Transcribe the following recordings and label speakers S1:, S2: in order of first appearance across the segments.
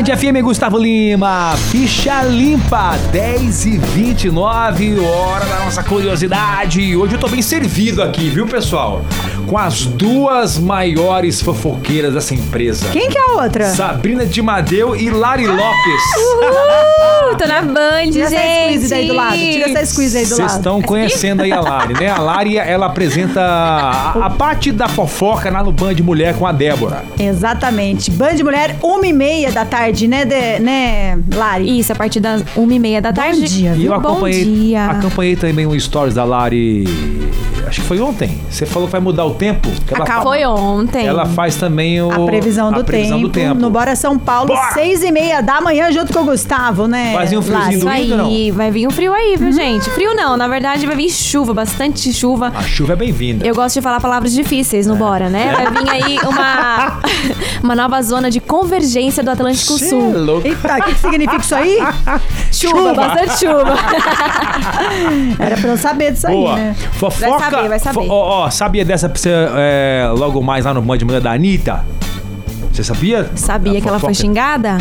S1: Tarde FM, Gustavo Lima. Ficha limpa, 10 e 29 hora da nossa curiosidade. Hoje eu tô bem servido aqui, viu, pessoal? Com as duas maiores fofoqueiras dessa empresa.
S2: Quem que é Ah, uh, a outra?
S1: Sabrina de Madeu e Lari Lopes.
S3: Uhul, tô na Band,
S2: Tira essa
S3: gente.
S2: squeeze aí do lado. Tira essa squeeze aí do
S1: Vocês
S2: lado.
S1: estão conhecendo aí a Lari, né? A Lari, ela apresenta a, a parte da fofoca lá no Band Mulher com a Débora.
S2: Exatamente. Band de Mulher, uma e meia da tarde, né, de, né Lari?
S3: Isso, a partir das 1h30 da tarde.
S2: dia,
S1: E eu
S3: Bom
S1: acompanhei,
S3: dia.
S1: acompanhei também um stories da Lari. Acho que foi ontem. Você falou que vai mudar o tempo. que ela,
S2: Acalma.
S3: Foi ontem.
S1: ela faz também o,
S2: A previsão, do,
S1: a previsão
S2: tempo,
S1: do tempo.
S2: no Bora São Paulo,
S1: Bora!
S2: seis e meia da manhã, junto com o Gustavo, né?
S1: Fazia um friozinho
S2: Lari?
S3: Isso
S1: Domingo,
S3: aí, vai vir um frio aí, viu, gente? Frio não, na verdade vai vir chuva, bastante chuva.
S1: A chuva é bem-vinda.
S3: Eu gosto de falar palavras difíceis
S1: É.
S3: no Bora, né? Vai vir aí uma, uma nova zona de convergência do Atlântico
S1: Cê é
S3: Sul.
S1: louco.
S2: Eita, o que, que significa isso aí?
S3: Chuva, bastante chuva.
S2: Era pra eu saber disso
S1: Boa.
S2: aí, né?
S1: Fofoca.
S3: Vai saber, vai saber.
S1: Fo- Ó, ó, sabia dessa pra você, é, logo mais lá no Band Mulher da Anitta? Você sabia?
S3: Sabia
S1: A
S3: que ela foi
S1: É fofoca.
S3: xingada?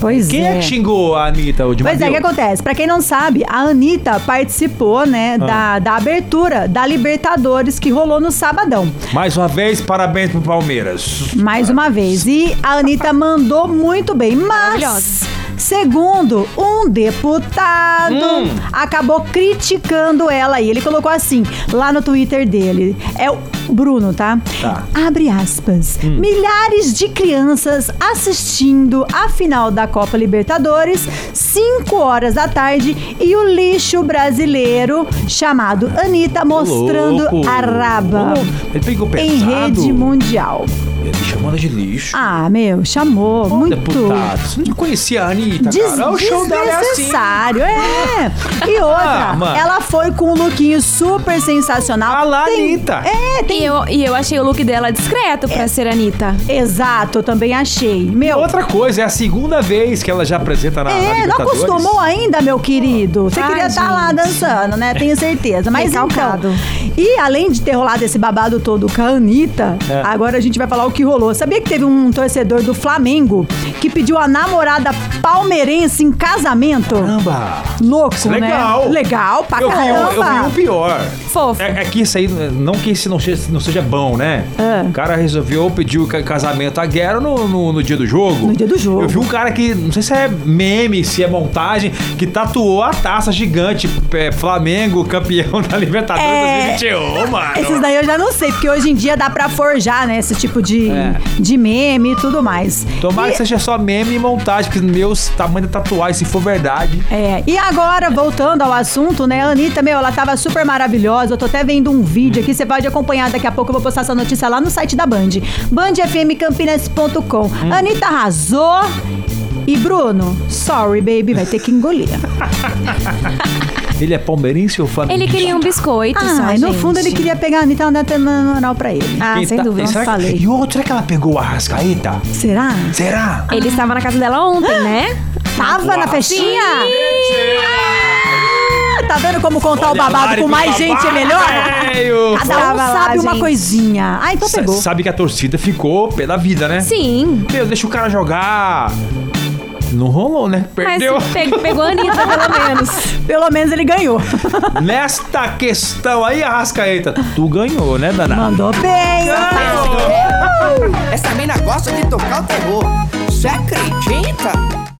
S2: Pois
S1: Quem é que xingou a Anitta? O de
S2: Pois é, o que acontece? Pra quem não sabe, a Anitta participou, né,
S1: Ah.
S2: da, da abertura da Libertadores que rolou no sabadão.
S1: Mais uma vez, parabéns pro Palmeiras.
S2: Mais uma vez. E a Anitta mandou muito bem, mas.
S3: Maravilhosa.
S2: Segundo um deputado,
S1: Hum.
S2: acabou criticando ela e ele colocou assim, lá no Twitter dele. É o Bruno, tá?
S1: Tá. Hum.
S2: Abre aspas. Milhares de crianças assistindo a final da Copa Libertadores, 5 horas da tarde, e o lixo brasileiro chamado Anitta mostrando
S1: Louco.
S2: a raba
S1: Ô, Ele pegou pesado.
S2: em rede mundial.
S1: Ele chamou ela de lixo.
S2: Ah, meu, chamou. muito.
S1: Deputado, você não conhecia a Anitta,
S2: Des
S1: cara. O show dela é assim.
S2: desnecessário, é. E outra,
S1: Ah, mano.
S2: ela foi com um lookinho super sensacional.
S1: A lá,
S2: Tem-
S1: Anitta.
S2: É, tem. É.
S3: E eu, e eu achei o look dela discreto pra ser a Anitta.
S2: Exato, eu também achei. Meu,
S1: Outra tá coisa, é a segunda vez que ela já apresenta na, na
S2: é, não
S1: Libertadores.
S2: acostumou ainda, meu querido. Você
S3: Ai,
S2: queria estar lá
S3: gente.
S2: dançando, né? Tenho certeza. Mas então.
S3: Recalcado.
S2: E além de ter rolado esse babado todo com a Anitta,
S1: É.
S2: agora a gente vai falar o que rolou. Sabia que teve um torcedor do Flamengo que pediu a namorada palmeirense em casamento?
S1: Caramba.
S2: Louco,
S1: Legal.
S2: né? Legal pra
S1: Eu vi,
S2: caramba.
S1: um, eu vi um pior.
S3: Fofo.
S1: É, é que isso aí, não que isso não seja, não seja bom, né?
S2: É.
S1: O cara resolveu pedir o ca- casamento à guerra no, no, no dia do jogo.
S2: No dia do jogo.
S1: Eu vi um cara que, não sei se é meme, se é montagem, que tatuou a taça gigante é, Flamengo, campeão da Libertadores
S2: É.
S1: 2021, mano.
S2: Esses daí eu já não sei, porque hoje em dia dá pra forjar, né? Esse tipo de,
S1: É.
S2: de meme e tudo mais.
S1: Tomara que seja só meme e montagem, porque meus tamanho da tatuagem, se for verdade.
S2: É, e agora, voltando ao assunto, né, a Anitta, meu, ela tava super maravilhosa. Eu tô até vendo um vídeo aqui, você pode acompanhar daqui a pouco, eu vou postar essa notícia lá no site da Band. BandFMCampinas.com. Anitta arrasou. E Bruno, sorry, baby, vai ter que engolir.
S1: Ele é palmeirense ou flamengo?
S3: Ele queria um biscoito só,
S2: Ai, no
S3: gente.
S2: fundo ele queria pegar a Anitta, ela não deve ter moral pra ele.
S3: Ah, sem dúvida.
S1: será que-
S2: falei.
S1: E outro, será que ela pegou a rascaeta?
S2: Será?
S1: Será?
S3: Ele estava na casa dela
S2: Ah.
S3: ontem, né?
S2: Tava na festinha? Ah, Tá vendo como contar o
S1: Olha,
S2: babado
S1: Lari,
S2: com mais
S1: que
S2: gente é
S1: babado,
S2: melhor?
S1: velho.
S2: Cada um
S3: Tava lá,
S2: sabe uma
S3: gente.
S2: coisinha. Ah, então
S1: Sa-
S2: pegou.
S1: Sabe que a torcida ficou pé da vida, né?
S3: Sim.
S1: Meu, deixa o cara jogar. Não rolou, né? Perdeu.
S3: Mas pe- pegou a Anitta, pelo menos.
S2: Pelo menos ele ganhou.
S1: Nesta questão aí, Arrascaeta, tu ganhou, né, Dana? Ah,
S2: Mandou bem.
S1: Ganhou!
S4: Essa mina gosta de tocar o terror. Você acredita?